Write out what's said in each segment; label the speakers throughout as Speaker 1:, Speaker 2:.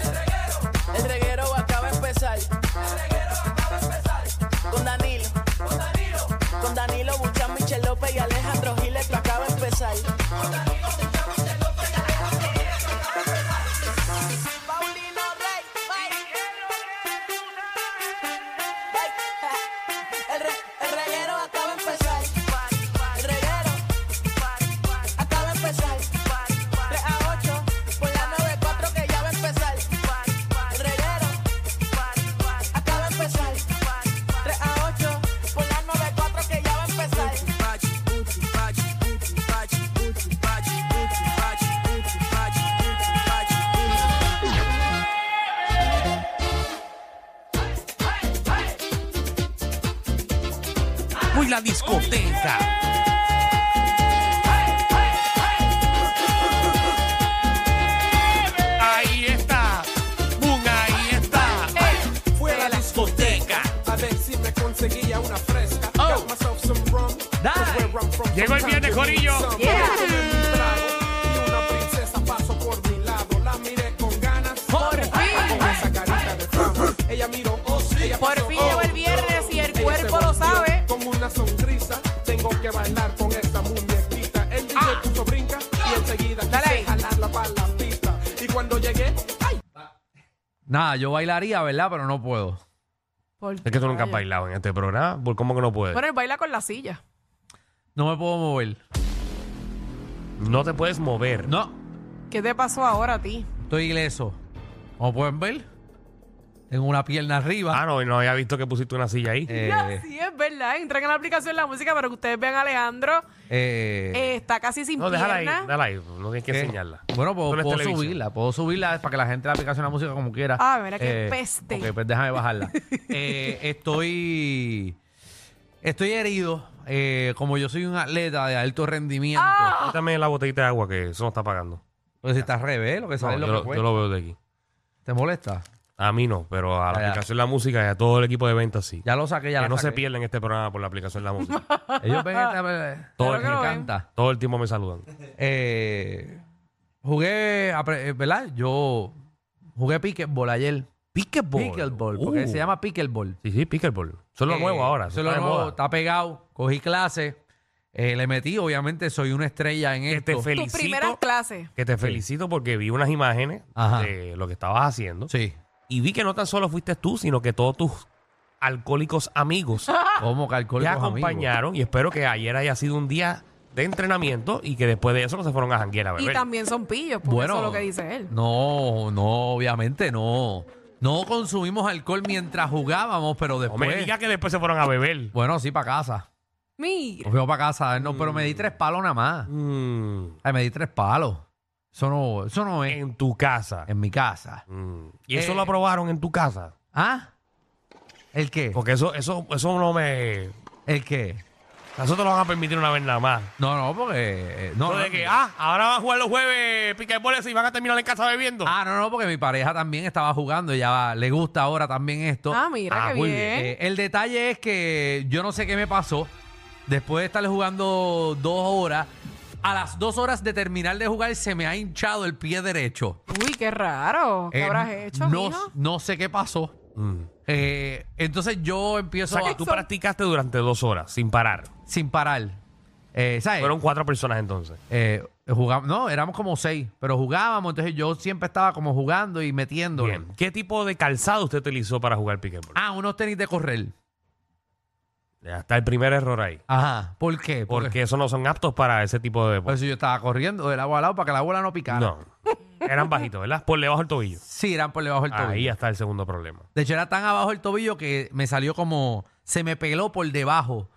Speaker 1: el reguero, el reguero acaba de empezar. El reguero acaba de empezar con Danilo, con Danilo, con Danilo Buchan, Michel López y Alejandro Giles, esto acaba de empezar. Con Danilo Buchan, Michel López y Alejandro Giles, esto acaba de empezar. Paulino Rey, El, re, el reguero acaba de empezar. El reguero acaba de empezar. 3 a 8 por la 94 que ya va a empezar. El reguero acaba de empezar. 3 a 8 por la 94 que ya va a empezar.
Speaker 2: Hoy la discoteca. Ahí está, boom, ahí está. Fue la discoteca.
Speaker 3: A ver si me conseguía una fresca.
Speaker 2: Oh.
Speaker 3: Got myself some rum. 'cause where I'm from,
Speaker 2: Llegó el viernes,
Speaker 3: sometimes you need
Speaker 2: corillo.
Speaker 3: some. Tomé mi trago Y una princesa pasó por mi lado. La miré con ganas.
Speaker 4: Por
Speaker 3: Con
Speaker 4: fin,
Speaker 3: esa carita de fama. Ella miró. oh, sí, ella
Speaker 4: por
Speaker 3: pasó,
Speaker 4: fin
Speaker 3: oh.
Speaker 4: llegó el viernes y el
Speaker 3: Ella se
Speaker 4: cuerpo lo
Speaker 3: volteó
Speaker 4: sabe.
Speaker 3: Con una sonrisa. Tengo que bailar con esta muñequita. El DJ
Speaker 2: Ah.
Speaker 3: puso brinca. Y enseguida
Speaker 4: Dale ahí.
Speaker 3: quise jalarla para la pista. Y cuando llegué, ¡ay!
Speaker 5: Nada, yo bailaría, ¿verdad? Pero no puedo.
Speaker 4: Por
Speaker 2: Es que tú nunca has
Speaker 4: rayos.
Speaker 2: bailado en este programa. ¿Por ¿Cómo que no puedes?
Speaker 4: Bueno, él baila con la silla.
Speaker 5: No me puedo mover.
Speaker 2: No te puedes mover.
Speaker 5: No,
Speaker 4: ¿Qué te pasó ahora a ti?
Speaker 5: estoy ileso. Como pueden ver, tengo una pierna arriba.
Speaker 2: Ah, no, no había visto que pusiste una silla ahí.
Speaker 5: Eh,
Speaker 4: Ya, sí, es verdad. Entren en la aplicación de la música para que ustedes vean a Alejandro.
Speaker 5: eh,
Speaker 4: Eh, está casi sin
Speaker 2: no, déjala ahí,
Speaker 4: pierna.
Speaker 2: déjala ahí. No tienes que
Speaker 5: ¿qué?
Speaker 2: enseñarla.
Speaker 5: Bueno, puedo,
Speaker 2: Tú no es
Speaker 5: puedo
Speaker 2: televisión.
Speaker 5: subirla. Puedo subirla para que la gente la aplicación la música como quiera.
Speaker 4: Ah, mira qué peste.
Speaker 5: Ok, pues déjame bajarla. Eh, estoy. Estoy herido. Eh, como yo soy un atleta de alto rendimiento.
Speaker 4: Ah.
Speaker 2: Quítame la botellita de agua que eso no está pagando.
Speaker 5: Pues si estás revés, lo que sale
Speaker 2: No, yo,
Speaker 5: es lo
Speaker 2: lo-
Speaker 5: que
Speaker 2: yo
Speaker 5: cuesta.
Speaker 2: lo veo de aquí.
Speaker 5: ¿Te molesta?
Speaker 2: A mí no, pero a la
Speaker 5: Ah, ya.
Speaker 2: aplicación de la música y a todo el equipo de ventas sí.
Speaker 5: Ya lo saqué, ya
Speaker 2: que
Speaker 5: lo
Speaker 2: no se
Speaker 5: saqué.
Speaker 2: pierdan este programa por la aplicación de la música.
Speaker 5: Ellos ven esta.
Speaker 2: Todo
Speaker 5: me
Speaker 2: el que lo ven.
Speaker 5: encanta.
Speaker 2: todo el tiempo me saludan.
Speaker 5: Eh, jugué, apre- eh, ¿verdad? Yo jugué pickleball ayer.
Speaker 2: Pickleball.
Speaker 5: Pickleball, porque
Speaker 2: Uh.
Speaker 5: se llama pickleball.
Speaker 2: Sí, sí, pickleball. Eso es lo
Speaker 5: Eh,
Speaker 2: nuevo ahora.
Speaker 5: Eso es
Speaker 2: está
Speaker 5: lo
Speaker 2: de
Speaker 5: nuevo,
Speaker 2: moda.
Speaker 5: está pegado. Cogí clases, eh, le metí, obviamente soy una estrella en
Speaker 2: Que
Speaker 5: esto.
Speaker 2: te
Speaker 4: Tus primeras
Speaker 2: felicito.
Speaker 4: clases.
Speaker 2: Que te felicito porque vi unas imágenes
Speaker 5: Ajá.
Speaker 2: de lo que estabas haciendo.
Speaker 5: Sí.
Speaker 2: Y vi que no tan solo fuiste tú, sino que todos tus alcohólicos amigos
Speaker 5: ¿Cómo
Speaker 2: te
Speaker 5: calculo los amigos?
Speaker 2: acompañaron. Y espero que ayer haya sido un día de entrenamiento y que después de eso no se fueron a janguear a
Speaker 4: Y
Speaker 2: beber.
Speaker 4: también son pillos, por eso es lo que dice él.
Speaker 5: No, no, obviamente no. No consumimos alcohol mientras jugábamos, pero
Speaker 2: No
Speaker 5: después.
Speaker 2: me digas que después se fueron a beber.
Speaker 5: Bueno, sí, para casa.
Speaker 4: Mira,
Speaker 5: Nos fuimos para casa, no, pero me di tres palos nada más.
Speaker 2: Mm,
Speaker 5: Ay, me di tres palos. Eso no, eso no es
Speaker 2: en tu casa.
Speaker 5: en mi casa.
Speaker 2: Mm. Y eso
Speaker 5: Eh.
Speaker 2: lo aprobaron en tu casa.
Speaker 5: ¿Ah? ¿El qué?
Speaker 2: Porque eso, eso, eso no me.
Speaker 5: ¿El qué?
Speaker 2: Nosotros lo van a permitir una vez nada más.
Speaker 5: No, no, porque. eh, No,
Speaker 2: Eso
Speaker 5: no,
Speaker 2: de que,
Speaker 5: mi-
Speaker 2: ah, ahora van a jugar los jueves picaboles y van a terminar en casa bebiendo.
Speaker 5: Ah, no, no, porque mi pareja también estaba jugando. Ella va- le gusta ahora también esto.
Speaker 4: ah, mira
Speaker 2: Ah,
Speaker 4: qué
Speaker 2: muy
Speaker 4: bien.
Speaker 5: Eh, el detalle es que yo no sé qué me pasó. Después de estarle jugando dos horas, a las dos horas de terminar de jugar se me ha hinchado el pie derecho.
Speaker 4: Uy, qué raro. ¿Qué
Speaker 5: Eh,
Speaker 4: habrás hecho,
Speaker 5: no,
Speaker 4: mijo?
Speaker 5: no sé qué pasó.
Speaker 2: Mm.
Speaker 5: Eh, entonces yo
Speaker 2: O
Speaker 5: empiezo
Speaker 2: sea, que
Speaker 5: a-
Speaker 2: tú practicaste durante dos horas sin parar.
Speaker 5: sin parar. Eh, ¿sabes?
Speaker 2: Fueron cuatro personas entonces.
Speaker 5: Eh, jugab- no, éramos como seis, pero jugábamos, entonces yo siempre estaba como jugando y metiéndole.
Speaker 2: Bien. ¿Qué tipo de calzado usted utilizó para jugar pickleball?
Speaker 5: Ah, unos tenis de correr.
Speaker 2: Ya está el primer error ahí.
Speaker 5: Ajá. ¿Por qué?
Speaker 2: Porque esos no son aptos para ese tipo de
Speaker 5: Por
Speaker 2: deporte.
Speaker 5: eso yo estaba corriendo del agua al lado para que la bola no picara.
Speaker 2: No. Eran bajitos, ¿verdad? Por debajo del tobillo.
Speaker 5: Sí, eran por debajo del tobillo.
Speaker 2: Ahí está el segundo problema.
Speaker 5: De hecho, era tan abajo el tobillo que me salió como. Se me peló por debajo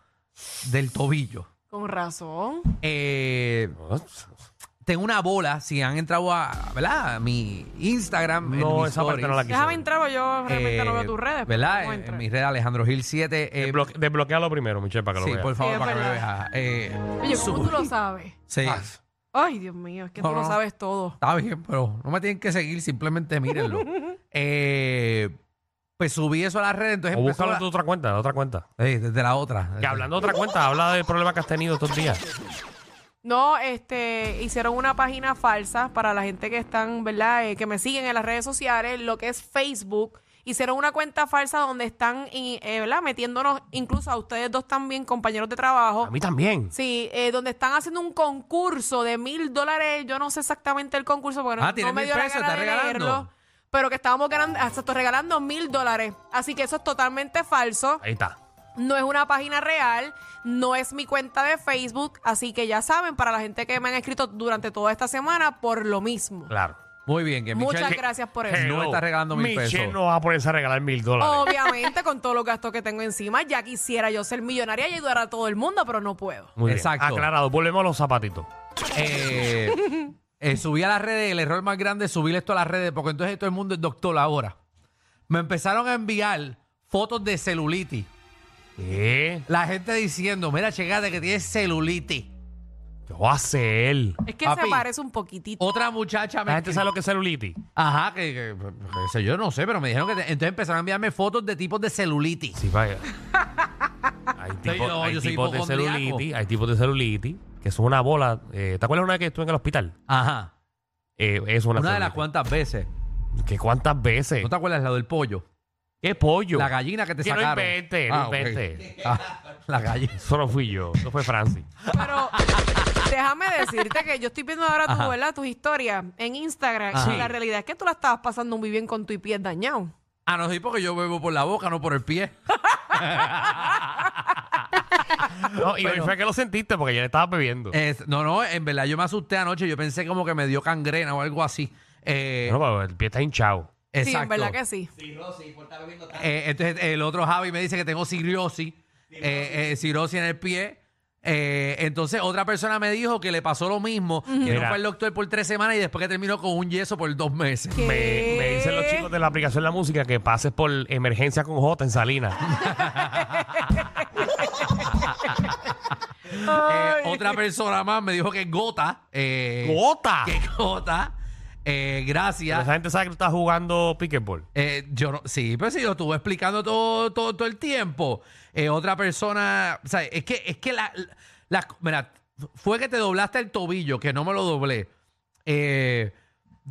Speaker 5: del tobillo.
Speaker 4: Con razón.
Speaker 5: Eh, tengo una bola. Si han entrado a, ¿verdad? a mi Instagram. en
Speaker 2: No,
Speaker 5: mis
Speaker 2: esa parte no la
Speaker 5: stories,
Speaker 2: quise
Speaker 4: Déjame
Speaker 2: ver.
Speaker 4: entrar, porque yo realmente no veo
Speaker 5: eh,
Speaker 4: tus redes. pero
Speaker 5: ¿Verdad?
Speaker 4: vamos
Speaker 5: En-
Speaker 4: a
Speaker 5: En
Speaker 4: entrar.
Speaker 5: mi red Alejandro Gil 7. eh,
Speaker 2: Desbloque- desbloquealo primero, Michelle, para que lo
Speaker 5: sí,
Speaker 2: veas.
Speaker 5: por favor,
Speaker 4: Sí, es
Speaker 5: para que lo
Speaker 4: verdad.
Speaker 5: veas. Eh,
Speaker 4: Oye, ¿cómo tú
Speaker 5: sub-
Speaker 4: lo sabes?
Speaker 5: sí.
Speaker 4: Ay, Dios mío, es que
Speaker 5: No,
Speaker 4: tú
Speaker 5: no.
Speaker 4: lo sabes todo.
Speaker 5: Ah, Está bien, pero no me tienen que seguir, simplemente mírenlo. Eh, pues subí eso a las redes, entonces
Speaker 2: O
Speaker 5: empezó
Speaker 2: búscalo
Speaker 5: la-
Speaker 2: en tu otra cuenta, en otra cuenta.
Speaker 5: Eh, desde la otra.
Speaker 2: Que hablando de otra cuenta, habla del problema que has tenido estos días.
Speaker 4: No, este, hicieron una página falsa para la gente que están, ¿verdad? Eh, que me siguen en las redes sociales, lo que es Facebook. Hicieron una cuenta falsa donde están, y, eh, ¿verdad? Metiéndonos incluso a ustedes dos también, compañeros de trabajo.
Speaker 2: A mí también.
Speaker 4: Sí, eh, donde están haciendo un concurso de mil dólares. Yo no sé exactamente el concurso porque
Speaker 5: Ah,
Speaker 4: no,
Speaker 5: tiene
Speaker 4: no me
Speaker 5: mil
Speaker 4: dio la
Speaker 5: pesos,
Speaker 4: gana
Speaker 5: está
Speaker 4: de
Speaker 5: regalando.
Speaker 4: leerlo. Pero que estábamos ganando, hasta estoy regalando mil dólares. Así que eso es totalmente falso.
Speaker 2: Ahí está.
Speaker 4: No es una página real, no es mi cuenta de Facebook. Así que ya saben, para la gente que me han escrito durante toda esta semana, por lo mismo.
Speaker 2: Claro.
Speaker 5: Muy bien, que
Speaker 4: Muchas
Speaker 5: Michelle-
Speaker 4: gracias por eso.
Speaker 2: Hello.
Speaker 5: está regalando mil
Speaker 2: Michelle
Speaker 5: pesos. Oh.
Speaker 2: no va a ponerse a regalar mil dólares.
Speaker 4: Obviamente, con todos los gastos que tengo encima, ya quisiera yo ser millonaria y ayudar a todo el mundo, pero no puedo.
Speaker 2: Muy bien.
Speaker 5: Exacto.
Speaker 2: Aclarado. Volvemos a los zapatitos.
Speaker 5: Eh, eh, subí a las redes, el error más grande es subir esto a las redes, porque entonces todo el mundo es doctor ahora. Me empezaron a enviar fotos de celulitis.
Speaker 2: ¿Qué?
Speaker 5: La gente diciendo, mira, checate que tienes celulitis.
Speaker 2: ¿Qué va a hacer?
Speaker 4: Es que
Speaker 5: Papi.
Speaker 4: se parece un poquitito.
Speaker 5: Otra muchacha me
Speaker 2: La gente sabe lo que es celulitis.
Speaker 5: Ajá, que, que- que sé yo no sé, pero me dijeron que te- entonces empezaron a enviarme fotos de tipos de celulitis.
Speaker 2: Sí, vaya. Hay, tipo-
Speaker 5: yo-
Speaker 2: hay
Speaker 5: yo soy
Speaker 2: tipos de
Speaker 5: hipocondriaco.
Speaker 2: celulitis, hay tipos de celulitis, que son una bola. eh, ¿Te acuerdas una vez que estuve en el hospital?
Speaker 5: Ajá.
Speaker 2: Eh, es una,
Speaker 5: Una de las
Speaker 2: celulitis.
Speaker 5: cuantas veces.
Speaker 2: ¿Qué cuántas veces?
Speaker 5: ¿No te acuerdas la del pollo?
Speaker 2: ¿Qué pollo?
Speaker 5: La gallina que te
Speaker 2: Que no
Speaker 5: sacaron. Ah,
Speaker 2: invente, no
Speaker 5: ok.
Speaker 2: invente.
Speaker 5: Ah, la gallina.
Speaker 2: Eso no fui yo, eso fue Francis.
Speaker 4: Pero déjame decirte que yo estoy viendo ahora tu,
Speaker 5: Ajá.
Speaker 4: ¿verdad? tus historias en Instagram.
Speaker 5: Ajá.
Speaker 4: Y la realidad es que tú la estabas pasando muy bien con tu pie dañado.
Speaker 5: Ah, no, sí, porque yo bebo por la boca, no por el pie.
Speaker 2: No, y hoy fue que lo sentiste porque ya le estabas bebiendo.
Speaker 5: Es- no, no, en verdad yo me asusté anoche. Yo pensé como que me dio cangrena o algo así. Eh,
Speaker 2: Bueno, pero el pie está hinchado.
Speaker 4: Sí, en
Speaker 5: exacto.
Speaker 4: verdad que sí.
Speaker 5: Eh, entonces el otro Javi me dice que tengo cirrosis, eh, eh, cirrosis en el pie. Eh, entonces otra persona me dijo que le pasó lo mismo, que no
Speaker 2: Mira.
Speaker 5: fue al doctor por tres semanas y después que terminó con un yeso por dos meses.
Speaker 4: ¿Qué?
Speaker 2: Me, me dicen los chicos de la aplicación La Música que pases por emergencia con J en Salinas.
Speaker 5: Eh, otra persona más me dijo que gota. eh,
Speaker 2: ¡Gota!
Speaker 5: Que gota. Eh,
Speaker 2: Ah. Pero
Speaker 5: gracias.
Speaker 2: Esa gente sabe que tú estás jugando pickleball.
Speaker 5: Eh, yo no- sí, pero sí, lo estuvo explicando todo, todo, todo el tiempo. Eh, otra persona, o sea, es que, es que la, la- mira, fue que te doblaste el tobillo, que no me lo doblé. Eh,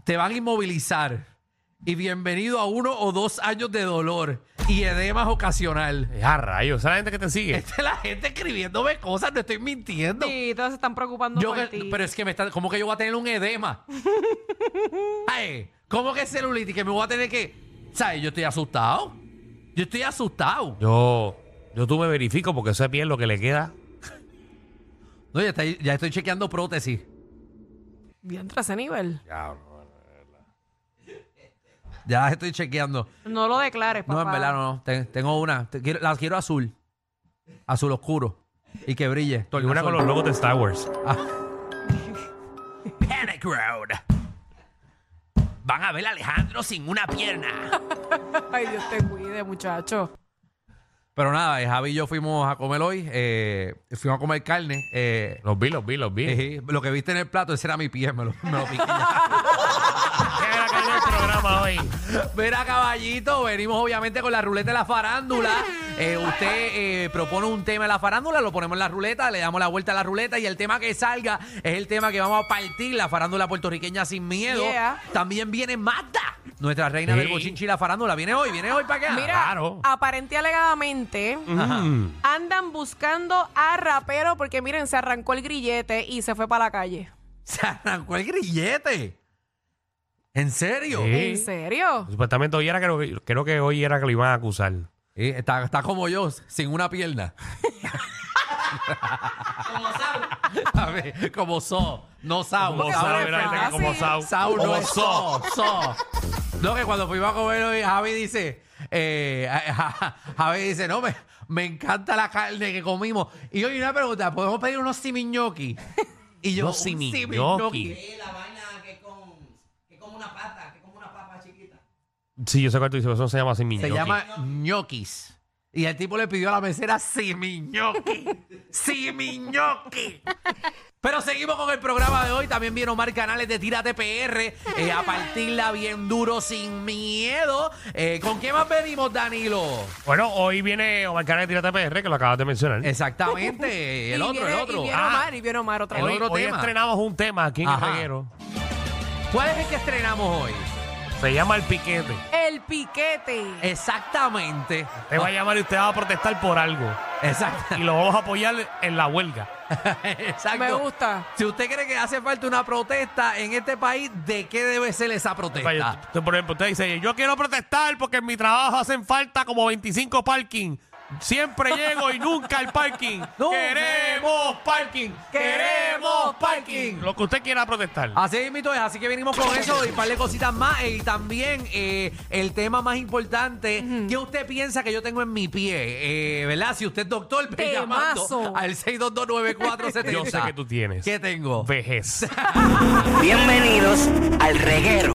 Speaker 5: te van a inmovilizar. Y bienvenido a uno o dos años de dolor y edemas ocasional.
Speaker 2: Es a rayos. Esa es la gente que te sigue.
Speaker 5: Esta es la gente escribiéndome cosas, no estoy mintiendo.
Speaker 4: Sí, todos se están preocupando
Speaker 5: Yo
Speaker 4: por
Speaker 5: que-
Speaker 4: ti.
Speaker 5: pero es que me está, ¿cómo que yo voy a tener un edema? Ay, ¿cómo que celulitis? Que me voy a tener que, ¿sabes? Yo estoy asustado. Yo estoy asustado.
Speaker 2: Yo, yo tú me verifico porque ese pie es lo que le queda.
Speaker 5: No, ya, está- ya estoy chequeando prótesis.
Speaker 4: Bien tras ese nivel.
Speaker 5: Ya las estoy chequeando.
Speaker 4: No lo declares,
Speaker 5: No,
Speaker 4: papá.
Speaker 5: en verdad no. no. Ten- tengo una. Te quiero- las quiero azul. Azul oscuro. Y que brille.
Speaker 2: Y una con
Speaker 5: Tornasol.
Speaker 2: los logos de Star Wars.
Speaker 5: Panic Road. Van a ver a Alejandro sin una pierna.
Speaker 4: Ay, Dios te cuide, muchacho.
Speaker 5: Pero nada, eh, Javi y yo fuimos a comer hoy. eh, fuimos a comer carne. eh,
Speaker 2: Los vi, los vi, los vi.
Speaker 5: Ejí, lo que viste en el plato, ese era mi pie, me lo, me lo piqué.
Speaker 2: ¿Qué era que era el programa hoy?
Speaker 5: Verá, caballito, venimos obviamente con la ruleta de la farándula. Eh, usted eh, propone un tema de la farándula, lo ponemos en la ruleta, le damos la vuelta a la ruleta y el tema que salga es el tema que vamos a partir, la farándula puertorriqueña sin miedo.
Speaker 4: Yeah.
Speaker 5: También viene Magda, nuestra reina
Speaker 2: Sí.
Speaker 5: del bochinchi y la farándula. Viene hoy, viene hoy para acá.
Speaker 4: Mira,
Speaker 2: Claro.
Speaker 4: aparente y alegadamente,
Speaker 2: Mm.
Speaker 4: andan buscando a rapero porque miren, se arrancó el grillete y se fue para la calle.
Speaker 5: Se arrancó el grillete. ¿En serio?
Speaker 2: Sí.
Speaker 4: ¿En serio?
Speaker 2: Supuestamente hoy era que lo- creo que hoy era que lo iban a acusar.
Speaker 5: Sí, está, está como yo, sin una pierna. A ver, como so, no sao.
Speaker 2: Como
Speaker 4: Porque
Speaker 2: Sao,
Speaker 4: ahora es
Speaker 2: mira, gente,
Speaker 4: fácil.
Speaker 2: como Sao.
Speaker 5: Sau no
Speaker 2: Como
Speaker 5: es
Speaker 2: Sao.
Speaker 5: so, so. No, que cuando fuimos a comer hoy, Javi dice, eh, Javi dice, no, me, me encanta la carne que comimos. Y hoy una pregunta, ¿podemos pedir unos simiñoki? Y yo,
Speaker 2: Unos
Speaker 5: "Un
Speaker 2: simiñoki".
Speaker 1: Es la vaina que con que como una pata, que como una papa chiquita.
Speaker 2: Sí, yo sé cuál tú dices, pero eso no se llama así
Speaker 5: Se
Speaker 2: miñoqui.
Speaker 5: llama ñoquis. Y el tipo le pidió a la mesera simiñoqui. simiñoqui. Pero seguimos con el programa de hoy. También viene Omar Canales de Tírate PR. eh, a partirla bien duro, sin miedo. Eh, ¿Con qué más venimos, Danilo?
Speaker 2: Bueno, hoy viene Omar Canales de Tírate PR, que lo acabas de mencionar.
Speaker 5: Exactamente. El
Speaker 4: Y
Speaker 5: otro, el
Speaker 4: viene-
Speaker 5: otro.
Speaker 4: Y viene
Speaker 5: Ah,
Speaker 4: Omar, y viene Omar otra
Speaker 5: el
Speaker 2: hoy,
Speaker 4: vez.
Speaker 5: otro
Speaker 2: hoy
Speaker 5: tema.
Speaker 2: estrenamos un tema aquí en el
Speaker 5: Ajá.
Speaker 2: reguero.
Speaker 5: ¿Cuál es el que estrenamos hoy?
Speaker 2: Se llama El Piquete.
Speaker 4: El piquete.
Speaker 5: Exactamente.
Speaker 2: Te va a llamar y usted va a protestar por algo.
Speaker 5: Exacto.
Speaker 2: Y lo vamos a apoyar en la huelga.
Speaker 5: Exacto.
Speaker 4: Me gusta.
Speaker 5: Si usted cree que hace falta una protesta en este país, ¿de qué debe ser esa
Speaker 2: Oye,
Speaker 5: protesta?
Speaker 2: Pues, usted, por ejemplo, usted dice, yo quiero protestar porque en mi trabajo hacen falta como 25 parking. Siempre llego y nunca el parking.
Speaker 5: No.
Speaker 2: ¡Queremos parking! ¡Queremos parking! Lo que usted quiera protestar.
Speaker 5: Así mismo es, así que venimos con eso y un par de cositas más. eh, Y también eh, el tema más importante, ¿qué usted piensa que yo tengo en mi pie? Eh, ¿Verdad? Si usted es doctor, ve
Speaker 4: Temazo.
Speaker 5: llamando al 6229470.
Speaker 2: Yo sé que tú tienes.
Speaker 5: ¿Qué tengo?
Speaker 2: Vejez.
Speaker 1: Bienvenidos al reguero.